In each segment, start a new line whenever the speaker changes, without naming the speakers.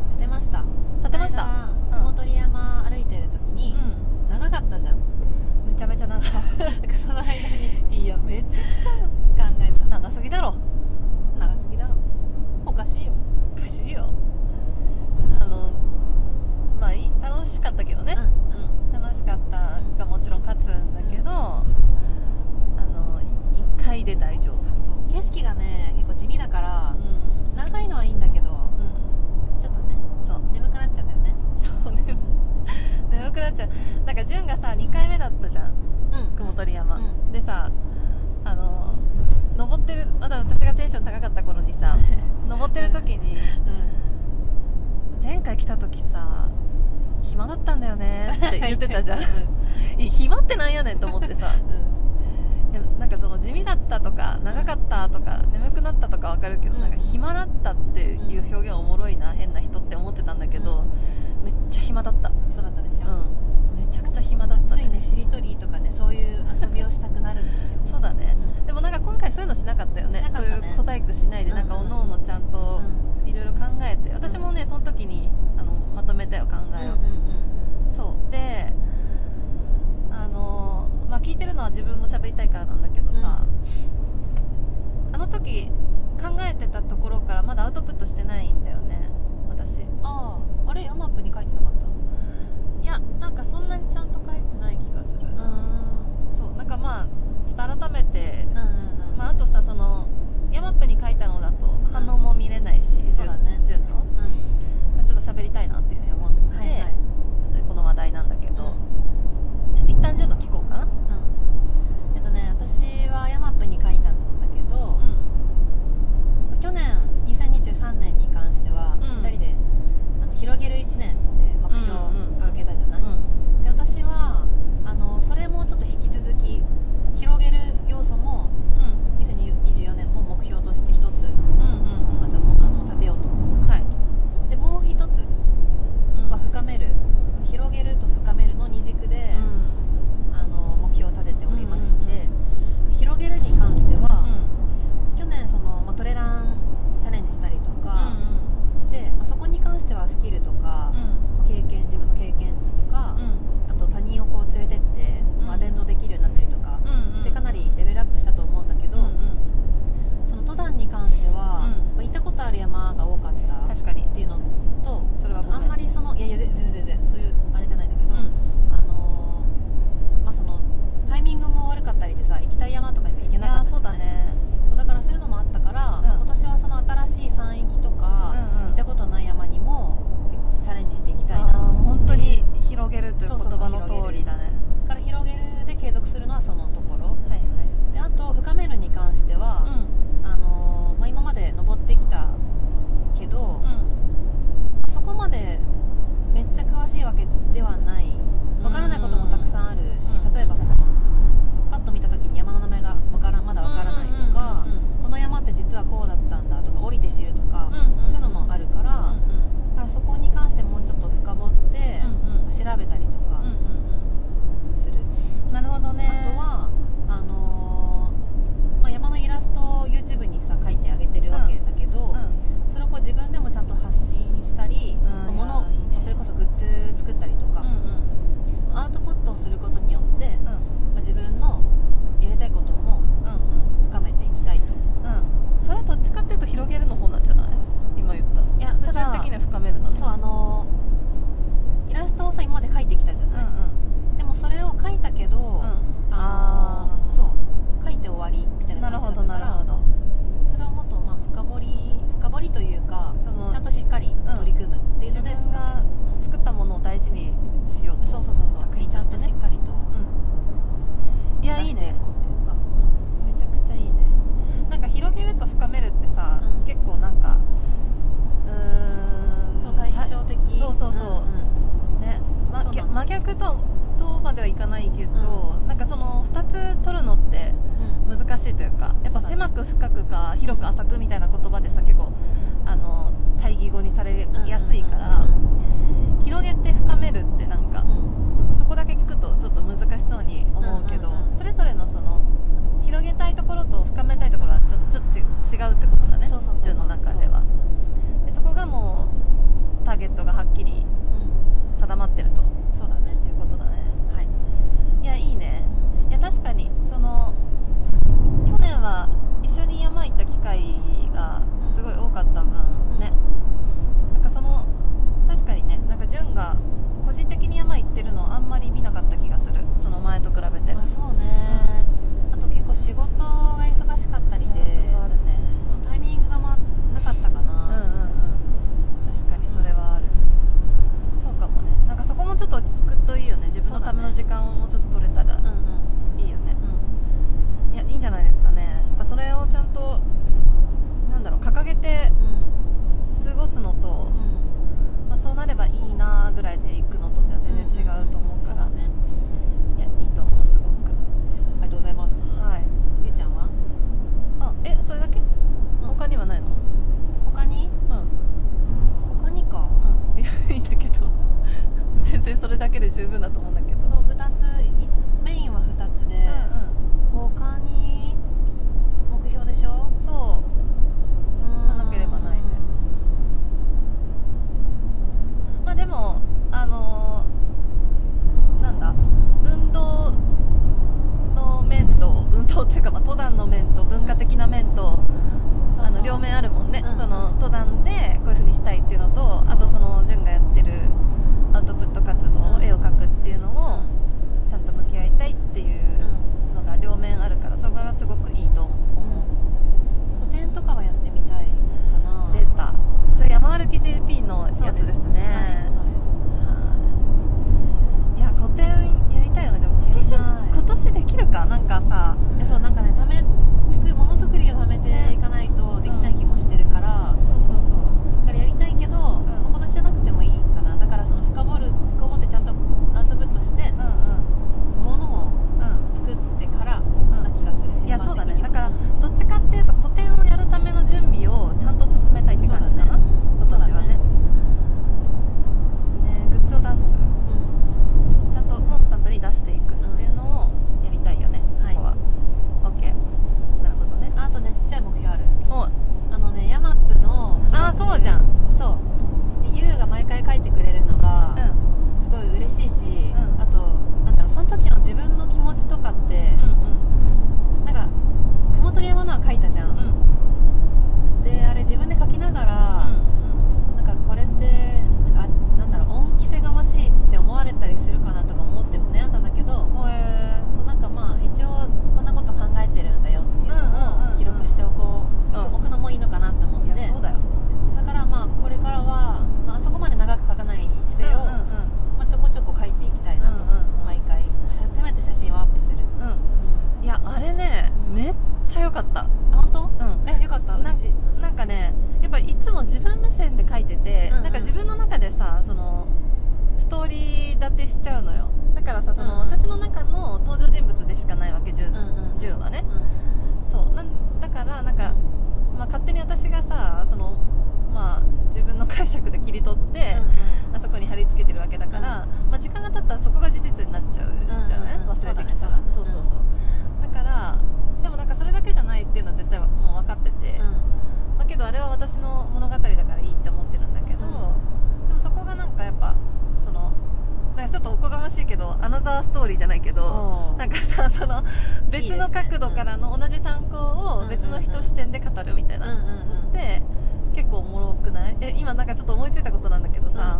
なっ ちゃうなんか潤がさ2回目だったじゃん
うん
雲取山、
う
でさあの登ってるまだ私がテンション高かった頃にさ登ってる時に
うん
前回来た時さ暇だったんだよねって言ってた じゃん
う
いや暇ってなんやねんと思って さ
うん
いやなんかその地味だったとか長かったとか、眠くなったとかわかるけど、
うん
なんか暇だったっていう表現おもろいな変な人って思ってたんだけど、めっちゃ暇だった、
そうだったでしょ、
うん、めちゃくちゃ暇だった
つい
ね
ねしりとりとかねそういう遊びをしたくなるんですよ
そうだね
うん
でもなんか今回そういうのしなかったよね
しなかったね
そういう小細工しないでなんか
うん
お
うん
のおのちゃんといろいろ考えて、私もねその時にあのまとめたよ考
うん
えを、そうであのまあ聞いてるのは自分も喋りたいからなんだけどさ、あの時考えてたところからまだアウトプットしてないんだよね私
あああれアマップに書いてなかった
いやなんかそんなにちゃんと書いてない気がする、
ん
そうなんかまあちょっと改めて
うんうんうん
まあ、あとさそのヤマップに書いたのだと反応も見れないし、
そうだね
じゅんの、
うん
まあ、ちょっと喋りたいなっていうふうに思って、
はいはい
この話題なんだけ
う
ど、
ん
ちょっと一旦じゅんの聞こうかな
うんえっとね私はヤマップに書いたんだけど、去年2023年に関しては、
うん
2人であの広げる1年って目標を掲げたじゃない、
うん
で私はあのそれもちょっと引き続き広げる要素も2024年も目標として一つ
うん
まずもうあの立てようと
うんはい
でもう一つは深める、その広げると深めるの二軸で、あの目標を立てておりまして、
うん
広げるに関して
うん
は、去年その、まあ、トレランチャレンジしたりとかして、まあ、そこに関してはスキルとか、まあ経験自分の経験値とか、あと他人をこう連れてって、まあ、
うん
伝道できるようになったりとかしてかなりレベルアップしたと思うんだけど、その登山に関しては、
うん
まあ、行ったことある山が多かったっ
確かに
ていうのと
それはごめん
あんまりそのいやいや全然全然そういうあれじゃないんだけど、
ん
あのーまあそのタイミングも悪かったりでさ行きたい山とかにも行け
い
なか
や
った
そうだね
そうだからそういうのもあったから、
うん
まあ今年はその新しい山域とか、行ったことない山にも結構チャレンジしていきたい
あ
な
ー本当に広げるという言
そうそうそ
葉
う
の通りだね
だから広げるで継続するのはそのところ
はいは
であと深めるに関しては、
い
あのーまあ、今まで登ってきたけど、
うん
そこまでめっちゃ詳しいわけではないわからないこともたくさんあるし、
うん
例えばそのパッと見た時に山の名前がわからまだわからないとか、この山って実はこうだったんだとか降りて知るとか、そういうのもあるから,、だからそこに関してもうちょっと深掘って、調べたりとかする、
なるほどね
あとはあのーまあ、山のイラストを YouTube にさ書いてあげてるわけだけど、それをこう自分でもちゃんと発信したり、
うん
まあ物を
いやいいね
それこそグッズ作ったりとか、アウトプットをすることによって、まあ自分のやりたいことも深めていきたいと
それはどっちかっていうと広げるの方なんじゃない今言ったの
いや
それ
ただ
自分的には深めるなの
そうあのーイラストをさ今まで描いてきたじゃ
うんう
ない、
ん
でもそれを描いたけど、あ
あ
のーそう描いて終わりみたい
ー
な
なる
感じ
ほ
だっ
ど
たから
なるほど
それをもっとまあ深掘り深掘りというか
その
ちゃんとしっかり取り組むっていう
自
ので、
分が作ったものを大事にしようと
そうそうそうそう
作品
ち
と
ゃ
し
ん
て
と
ね
しっかりと
うんいやいい
出して
ね
いこうっていうか
めちゃくちゃいいねなんか広げると深めるってさ、
うん
結構なんかうーん
そう対照的
そうそうそうね、ま、
そうなの
真逆ととまではいかないけど、なんかその2つ取るのって
うんうんうん
難しいというかやっぱ
そうだね
狭く深くか広く浅くみたいな言葉でさ結構あの対義語にされやすいから、
うん
広げて深めるってなんか、
うん
そこだけ聞くとちょっと難しそうに思うけど、
うんうんうん
それぞれのその広げたいところと深めたいところはちょちょっとち違うってことだね
そうそうそうそう
自分の中ではでそこがもうターゲットがはっきり定まってると
うんそうだね
いうことだね
はい
いやいいねいや確かにその去年は一緒に山行った機会がすごい多かった分ね、なんかその確かにねなんか潤が個人的に山行ってるのあんまり見なかった気がするその前と比べて、
まあそうねあと結構仕事が忙しかったりで
それはあるね
そうタイミングがまなかったか
うんうん
な
うん確かにそれはある けで十分だと思うんだけど
そう2ついメインは2つで、他に目標でしょ
うんうん、そうなければないねうまあでもあのーなんだ運動の面と運動っていうか、まあ、登山の面と文化的な面と、
そうそう
あの両面あるもんね、
うんうん
その登山でこういうふうにしたいっていうのと
そう
あとその潤がやってるアウトプット活動、
うん
絵を描くっていう
うん
のをちゃんと向き合いたいっていう
うん
のが両面あるからそこがすごくいいと思
うん古典とかはやってみたいか
う、
な
出たそれ山歩き JP のやつですね
はいそうです
はいいや個展やりたいよねでも今年
やりたい
今年できるかなんかさ
いやそうなんかねためつくものづくりを貯めていかないとできない気もしてるから、
そうそうそう
だからやりたいけど、まあ今年じゃなくてもいいかなだからその深掘る深掘ってちゃんとアウトプットして
うんうん
ものを
うん
作ってから
うん
な気がする、
いやそうだね
順番的に
だか
は
らどっちかっていうと個展をやるための準備をちゃんと進めたいっ
う
て
んそう
感
だ
じか
ね
な、今年はねねグッズを出すちゃんとコンスタントに出していくっていうのをやりたいよね、
うん
そこは、OK なるほどね
うんあとねちっちゃい目標ある
お
あのねヤマップの
あーそうじゃん
そうでユウが毎回書いてくれるのが、すごい嬉しいし、
うん
あとなんだろうその時の自分の気持ちとかって、
うん
なんか雲取山のは書いたじゃ
うん
ん、であれ自分で書きながら、なんかこれってなんかなんだろう恩着せがましいって思われたりするかなとか思って悩んだんだけ
う
ど
んへ
そうなんかまあ一応こんなこと考えてるんだよっ
う
ていう
んうんうん
の
うん
を記録しておこう、
うん
おくのもいいのかなと思って
ーいやそうだよ
だからまあこれからは、まああそこまで長く書かないにせよ、
うん
まあ、ちょこちょこ書いていきたいなと、
うんうんうん
毎回せめて写真をアップする
うんうんいやあれねめっちゃ良かった
あ本
うん
当えよかった
な
嬉しい
なんかねやっぱりいつも自分目線で書いてて、
うんうん
なんか自分の中でさそのストーリー立てしちゃうのよだからさその、
うんうん
私の中の登場人物でしかないわけ
う
10,、
んうん
10はね
うん
そうなんだからなんか、まあ、勝手に私がさその、まあ、自分の解釈で切り取って、あそこに貼り付けてるわけだから、まあ、時間が経ったらそこが事実になっちゃうじゃない、
うんうんうん
忘れてきたらそ,、
そうう
そ
だ
う
ね
そうだからでもなんかそれだけじゃないっていうのは絶対もう分かってて、
うん
まあ、けどあれは私の物語だからいいって思ってるんだけど、でもそこがなんかやっぱそのなんかちょっとおこがましいけどアナザーストーリーじゃないけど、
おー
なんかさその別の角度からの同じ参考
う
を
ん
別の人視点で語るみたい
うん
な、
うんうん
で結構おもろくないえ今なんかちょっと思いついたことなんだけどさ、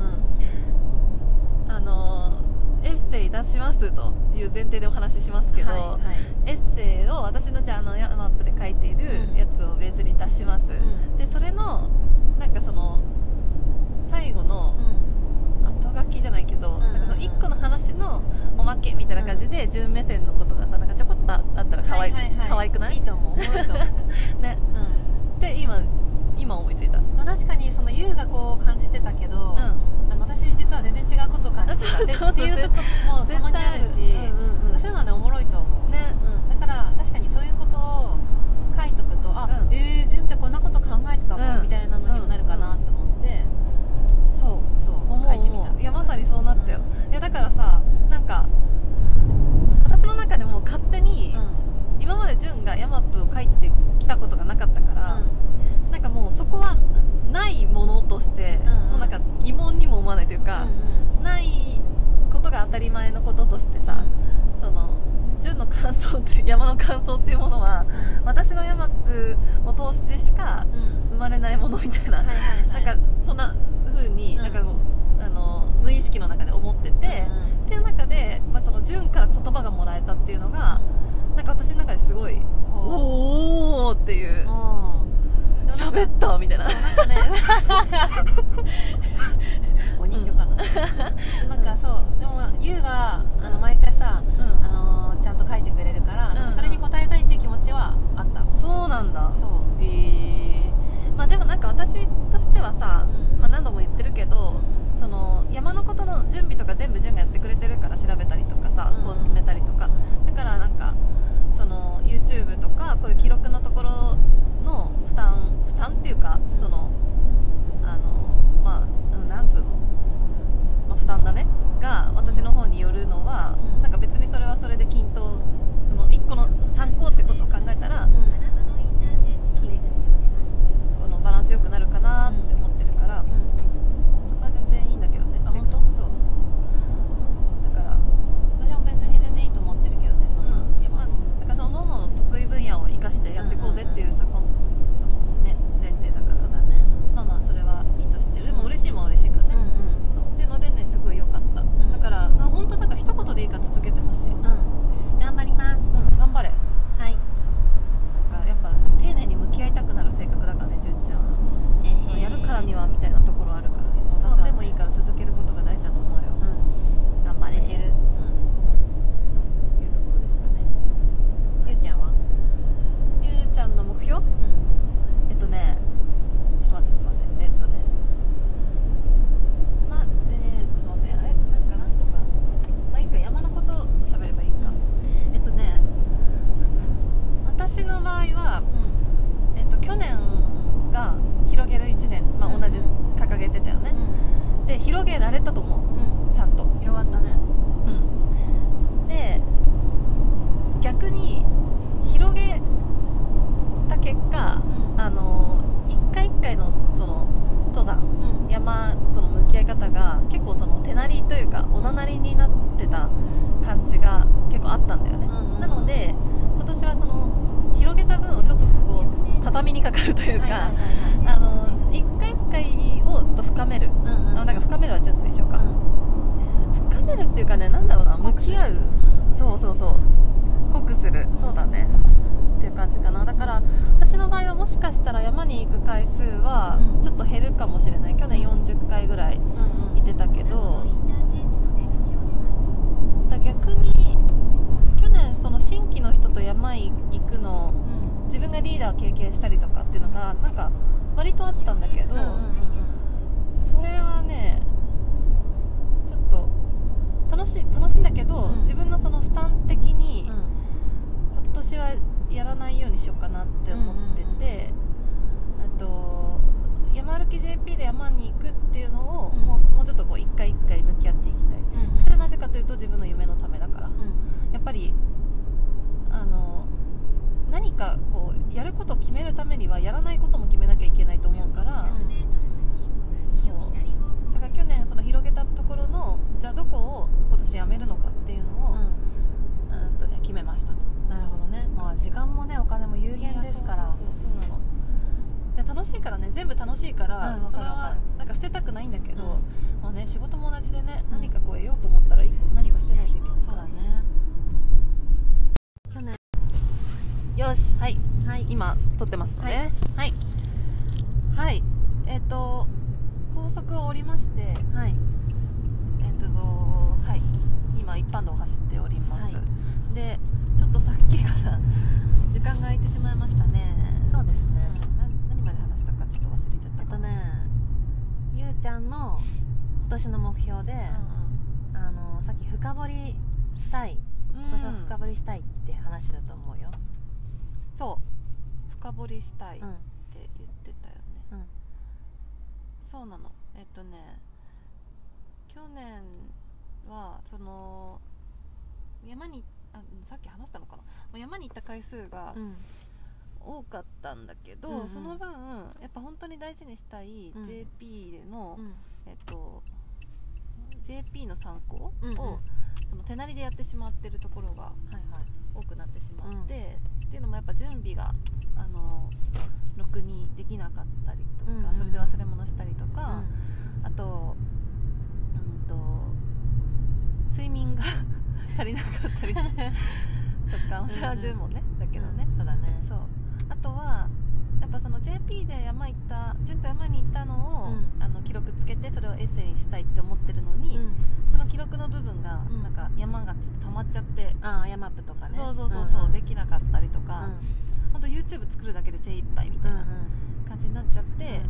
あのエッセイ出しますという前提でお話ししますけど、
はいはい
エッセイを私のじゃああのヤマップで書いているやつをベースに出します、でそれのなんかその最後の後書きじゃないけど、
んうんうん
なんかその1個の話のおまけみたいな感じで、純目線のことがさなんかちょこっとあったら可愛い、
はいはいはい
可愛くない
いいと思う思うと思う
ね
うん
で今今思いついた、うん
まあ確かにその優がこう感じてたけど、あの私実は全然違うことを感じてた
そうそうそう
っていうとこもたまにあるし、
うんうんうん
そういうのはねおもろいと思う、
ね
うん、だから確かにそういうことを書いとくとあ、
うん
えー、純ってこんなこと考えてたの、
うん
みたいなのにもなるかなと思って、
そう
そう
思う
書いてみ
思
た
ういやまさにそうなったよ、
う
いやだからさなんか私の中でもう勝手に、
ん
今まで潤がヤマップを書いてきたことがなかったから、なんかもうそこはないものとして、
うんうん
もうなんか疑問にも思わないという
うん
か、ないことが当たり前のこととしてさ、その潤の感想って山の感想っていうものは私のヤマップを通してしか
うんうん
生まれないものみたいな、
はいはいはい
なんかそんな風に
うん
なんかこうあの無意識の中で思ってて、っていう中で、まあ、その潤から言葉がもらえたっていうのがなんか私の中ですごい
う
お
ん
ーおーおーっていう
おー
喋ったみたいな
なんかねお人形かな、なんかそうでも優があの毎回さ、あのーちゃんと書いてくれるから、なんかそれに応えたいっていう気持ちはあった
そうなんだ
そ
え
う
ーまあでもなんか私としてはさ、
うん
まあ、何度も言ってるけどその山のことの準備とか全部潤がやってくれてるから調べたりとかさ、
うん
コース決めたりとかだからなんかその YouTube とかこういう記録のところの負担負担っていうか
うん
そのあのまあうんなんつうの、まあ、負担だねが私ので広げられたと思
うん
うちゃんと、
広がったね
うん、で逆に広げた結果
うん
あの一回一回のその登山
うん
山との向き合い方が結構その手なりというかおざなりになってた感じが結構あったんだよね、
うんうん
なので今年はその広げた分をちょっとこう畳にかかるというか、
はいはいはいはい
あの一回一回をちょっと深める、
うんうん
あなんか深めるはちょっとでしょう
う
か、
ん
深めるっていうかねなんだろうな向き合うそうそうそう濃くするそうだねっていう感じかなだから私の場合はもしかしたら山に行く回数は
うん
ちょっと減るかもしれない、去年40回ぐらい
うんうん
行ってたけど
インターチ
だ
ェンジの出口を出ます。
から逆に去年その新規の人と山へ行くの
うん
自分がリーダーを経験したりとかっていうのがなんか割とあったんだけど、
うんうん
それはねちょっと楽しい楽しいんだけど、
うん
自分のその負担的に
うんうん
今年はやらないようにしようかなって思ってて、あと山歩き JP で山に行くっていうのを、
うん
もうもうちょっとこう一回一回向き合っていきたい
うん
それはなぜかというと自分の夢のためだから
うん
やっぱりあの何かこうやることを決めるためにはやらないことも決めなきゃいけないと思うから、
うん
メートル先、右を左方向
だから去年その広げたところのじゃあどこを今年やめるのかっていうのを、
うん
うんとね、決めましたと
なるほどねまあ時間もねお金も有限ですから
そうそうそうそうなので楽しいからね全部楽しいから、
うんわ
それ
かるわか
は
る
なんか捨てたくないんだけど、
うん
まあね、仕事も同じでね
うん
何かこう得ようと思ったらい何か捨てないといけない
そうだね去年
よしはい
はい
今撮ってますのではいはい、えっ、と高速を降りましてえっ、
はい
とはい今一般道を走っております、
は
でちょっとさっきから時間が空いてしまいましたね
そうですね
な何まで話したかちょっと忘れちゃった
えっ
か
とねゆうちゃんの今年の目標で、あのさっき深掘りしたい
うん
今年は深掘りしたいって話だと思うよ、
そう深掘りしたいっ
うん
て言ってたよね、
うん
そうなのえっとね去年はその山にあさっき話したのかなもう山に行った回数が
うん
多かったんだけど、
うんうん
その分やっぱ本当に大事にしたい
うん
JP での、
うん
えっと JP の参考を、
うんうん
その手なりでやってしまってるところが
はいはい
多くなってしまって、っていうのもやっぱ準備があのろくにできなかったりとか、
うんうん
それで忘れ物したりとか、
う
あと,、うん、と睡眠が 足りなかったりとか
うん
それは10問ねだけど
ん
ね、
そうだね
そうあとはやっぱその JP で山行った純と山に行ったのを、
う
あの記録つけてそれをエッセイにしたいって思ってるのに、
うん
その記録の部分が、
うん
なんか山がちょっと溜まっちゃって。
ああヤマップとかね
そうそうそうそう、
んん
できなかったりと
う
か、
ん
ほん、本当 YouTube 作るだけで精一杯み
う
たい
ん
な感じになっちゃって、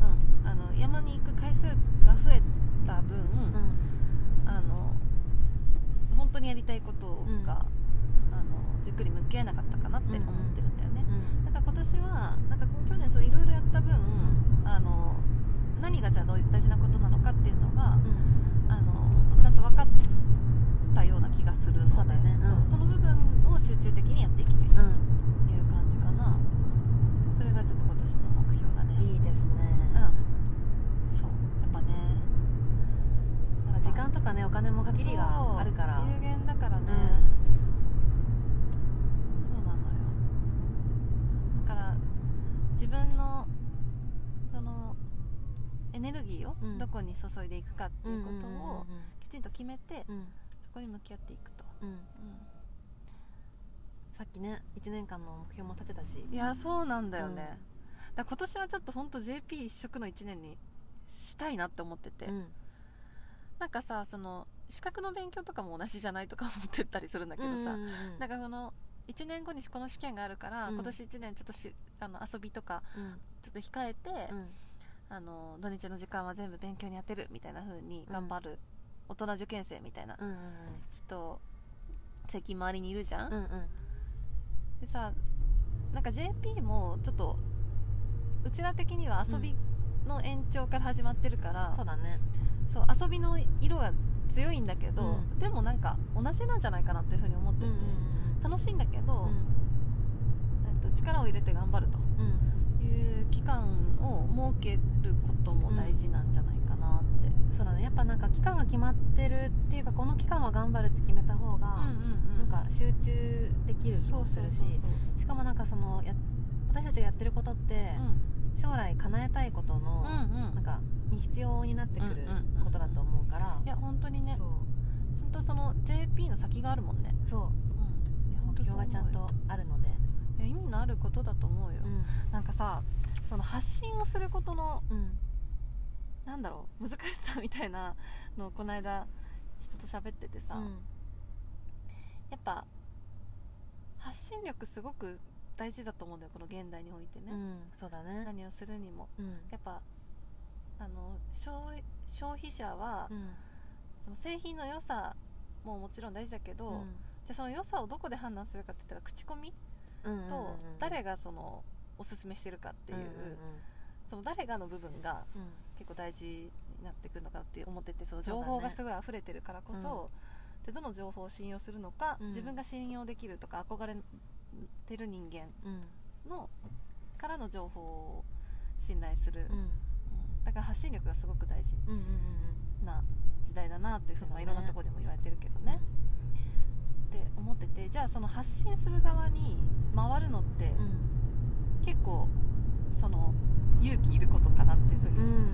うん
うん
あの山に行く回数が増えた分、
うんうん
あの本当にやりたいことが、
うん
あのじっくり向き合えなかったかなって思ってるんだよね、だから今年はなんか去年そういろいろやった分、あの何がじゃあどう大事なことなのかっていうのが
うんうん
あのちゃんと分かったような気がするので
そうだねうん
そうその部分を集中的にやっていきたい
うん
っていう感じかなそれがちょっと今年の目標だね
いいですね、
うんそうやっぱね
まあ時間とかねお金も限りがあるから
そう有限だからね、そうなのよだから自分のそのエネルギーを
うん
どこに注いでいくかっていうことをきちんと決めて
うんうん
そこに向き合っていくと、
うんうんさっきね1年間の目標も立てたし
いやそうなんだよね、だから今年はちょっとほんと JP 一色の1年にしたいなって思ってて、
うん
なんかさその資格の勉強とかも同じじゃないとか思ってったりするんだけどさ、
うんうんうん
なんかその1年後にこの試験があるから、
うん
今年1年ちょっとしあの遊びとか
うん
ちょっと控えて、
うん
あの土日の時間は全部勉強に当てるみたいな風に頑張る大人受験生みたいな
うん
人、最近周りにいるじゃん、
うんうんうん
でさなんか JP もちょっとうちら的には遊びの延長から始まってるから、
そうだね
そう遊びの色が強いんだけど、
うん
でもなんか同じなんじゃないかなっていうふうに思ってて、楽しいんだけど、えっと、力を入れて頑張るという期間を設けることも大事なんじゃないかなって、
そうだねやっぱなんか期間が決まってるっていうかこの期間は頑張るって決めた方が、
な
なんん
か
か集中できる気もするししかもなんかそのや私たちがやってることって、将来叶えたいことの、
うんう
なんんかに必要になってくる
うんうんうん
ことだと思うから、
いや本当にね
そう
ちゃんとその JP の先があるもんね、
そう
いや
目
本当そう思
標が
うよ
ちゃんとあるので、
いや意味のあることだと思うよ、
ん
なんかさその発信をすることのなんだろう難しさみたいなのをこの間人と喋っててさ、やっぱ発信力すごく大事だと思うんだよこの現代において
う
ね、
ん、そうだね、
何をするにも
うん
やっぱあの消消費者は、
うん
その製品の良さももちろん大事だけど、じゃあその良さをどこで判断するかって言ったら口コミ
うん
と誰がそのおすすめしてるかっていう、その誰がの部分が
うんうん
結構大事になってくるのかなって思っててその
そう
情
だね
報がすごい溢れてるからこそ、でどの情報を信用するのか、
うん
自分が信用できるとか憧れてる人間
うんうん
のからの情報を信頼する、
うんうん
だから発信力がすごく大事
うんうんうん
な時代だなっていうふうに、まあ
そう
い
だ
ろ
ね
んなところでも言われてるけどね、って思っててじゃあその発信する側に回るのって
うん
結構その勇気いることかなっていうふう
う
に
ん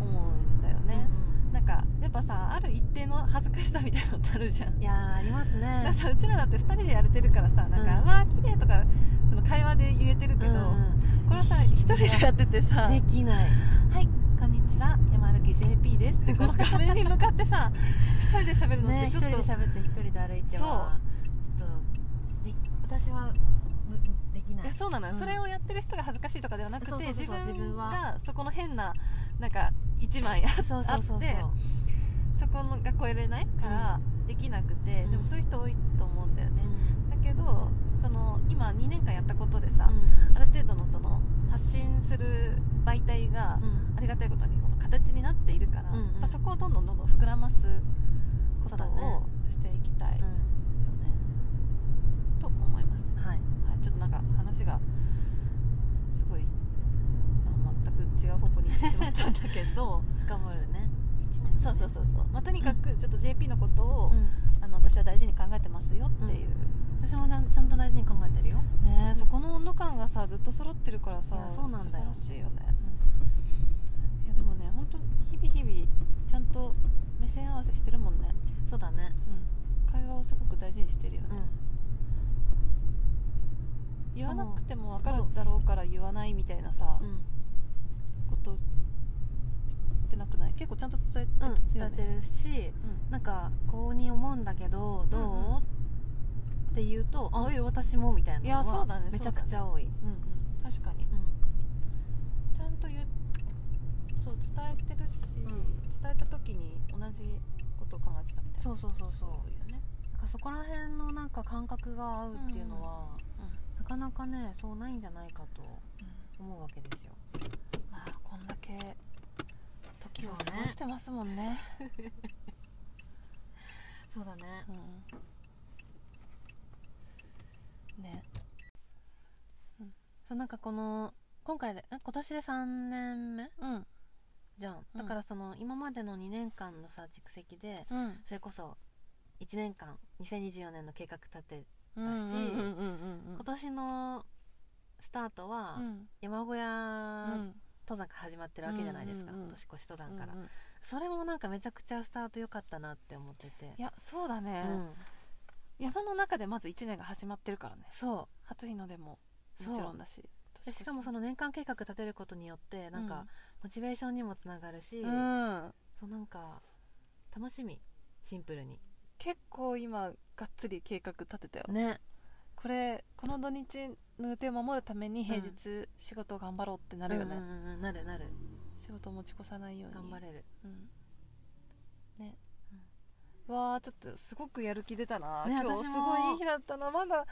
思うんだよね。
うん
なんかやっぱさある一定の恥ずかしさみたいなのってあるじゃん、
うんいやーあります
だか
ね
らさうちらだって2人でやれてるからさなんか、
うん
わあ綺麗とかその会話で言えてるけど、
うん
これはさ1人でやっててさ「
できない
はいこんにちは山歩き JP です」ってこの画面に向かってさ1人で喋るのっ
ね
て
一
ちょ
人
っ
で
と、
喋って一人で歩いてはちょっとで私はむできない
いやそうなのよ、
うん
それをやってる人が恥ずかしいとかではなくて
そうそうそうそう
自
自
分
分は
がそこの変ななんか一枚 あ
そうそうそうそう
あそこのが超えれないからできなくて、
うん
でもそういう人多いと思うんだよね、
うん
だけどその今2年間やったことでさ、ある程度のその発信する媒体が
うん
ありがたいことにこの形になっているから、
うんうん
やっぱそこをどんどんどんどん膨らますこ
そう
と
だね
をしていきたいよね、
う
と思います、
んは
は
い
い、ちょっとなんか話がすごいまあ全く違う方向に行ってしまったんだけど
深掘るね
そうそうそうそう、まあ、とにかくちょっと JP のことを、
うん
あの私は大事に考えてますよっていう、
私もちゃんちゃんと大事に考えてるよ
ねえそこの温度感がさずっと揃ってるからさ
いやそうなんだよ
素晴らしいよね、いやでもね本当日々日々ちゃんと目線合わせしてるもんね、
そうだね
会話をすごく大事にしてるよね、
う
言わなくても分かるだろうから言わないみたいなさ
ん
ことしてなくない結構ちゃんと伝えて
うん
きて
伝
よ
え
ね
てるしなんかこうに思うんだけどどう、
うんうん
って言うと「あいいよ私も」みたいなのは
や
い
そうだね
めちゃくちゃ多い
うん、うんうん確かにちゃんと言うそう伝えてるし、
うん
伝えた時に同じことを考えてたみたいな
そうそうそうそう
すごいよね
なんかそこら辺のなんか感覚が合うっていうのは、
うん
なかなかねそうないんじゃないかと思うわけですよ
まあこんだけ時を
そうね
過ごしてますもんね
そうだね
うんね
そうなんかこの今回でえ今年で3年目
うん
じゃん
うん
だからその、今までの2年間のさ蓄積で
うん
それこそ1年間2024年の計画立て
だし
うんう
こ
ん今
と
年のスタートは
うん
山小
う
屋
ん
登山から始まってるわけじゃないですか、
うんうんうん
年越し登
だ
山
か
から、
ら
それもなんかめちゃくちゃスタート良かったなって思ってて
いやそうだ
う
ね
ん、
山の中でまず1年が始まってるからね
そ
初日の出も
そう
もちろんだし
うでしかもそ
の
の年間計画立てることによってなんかモチベーションにもつながるし、
うん
そうなんか楽しみシンプルに
結構今がっつり計画立てたよ
ね
これこの土日の予定を守るために平日仕事を頑張ろうってな
な
るよね、
うんうんうんなるなる
仕事を持ち越さないように
頑張れる
うんね、わあちょっとすごくやる気出たな、
ね
今日
私
す
も
ごいいい日だったなまだ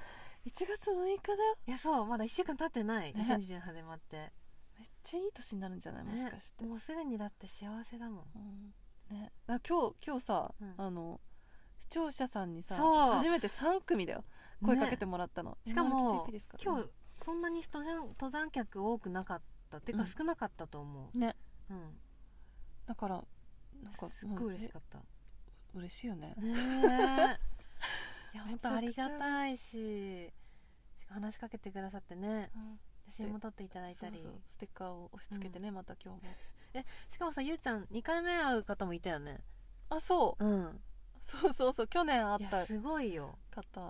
1月6日だよ
いやそうまだ1週間経ってない
ね
2020始まって、
めっちゃいい年になるんじゃないもしかして、
もうすでにだって幸せだもん
うんね、だから今日今日さ、
うん
あの視聴者さんにさ
そう
初めて3組だよ声かけてもらったの、
しか
山
も
口 CP ですか
今日そんなに登山登山客多くなかったっていうか
うん
少なかったと思う、
ね
うん
だからなんか
すっごい嬉しかった
うんえ嬉しいよね
ね えいや
めちゃ
本
くちゃ
当ありがたいし話しかけてくださってね写真も撮っていただい
そ
た
う
り
そうステッカーを押し付けてね、また今日も
しかもさゆうちゃん2回目会う方もいたよね
あそう
うん
そうそうそう去年会
い
っ
や
た
すごいよ
方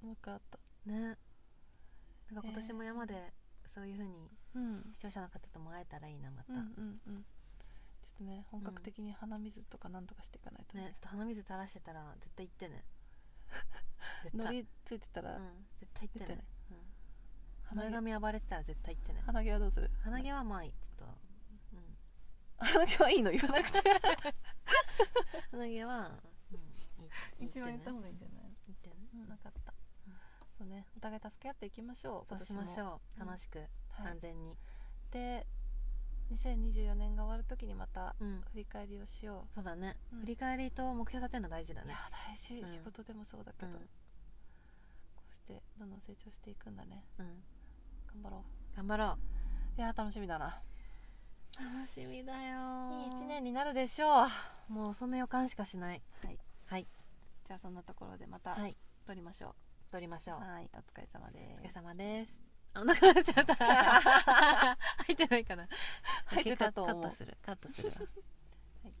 もう一回会った
ねなんか今年も山でそういうふうに
うん、
視聴者の方とも会えたらいいなまた、
うんうんうんちょっとね本格的に鼻水とかなんとかしていかないと
ね
ね
ちょっと鼻水垂らしてたら絶対行ってね 絶
の
対、
りついてた
う
ら、
ん、絶対行ってねうん
鼻
前
毛
髪暴れてたら絶対行ってね
鼻毛はどうする
鼻毛はまあちょっと、うん、
鼻毛はいいの言わなくて
鼻毛は、うん、いい
一番言
い
った方がいいんじゃない
いってね
うんなかった、そうねお互い助け合っていきましょう
そうしまし
う、
ょう
今年も
楽しく、
は
安
い、
全に
で2024年が終わる時にまた
うん
振り返りをしよ
そうだね、
うん
振り返りと目標立てるの大事だ
うい
ね
や大事、
うん
仕事でもそうだけど、
うん
こうしてどんどん成長していくんだね
うん
頑張ろ
頑張ろ
ういやー楽しみだな
う楽しみだよ
いい
いい
一
一
年
年
になるでしょうは
もうそんな予感しかしない
い、
はい
じゃあそんなところでまた
はい
撮りましょ
撮りましょ
う
う、
はいお疲れ様です
お疲れ様 ですあお腹 鳴っちゃった入ってないかな
入ってたと思う
カットするカットするわ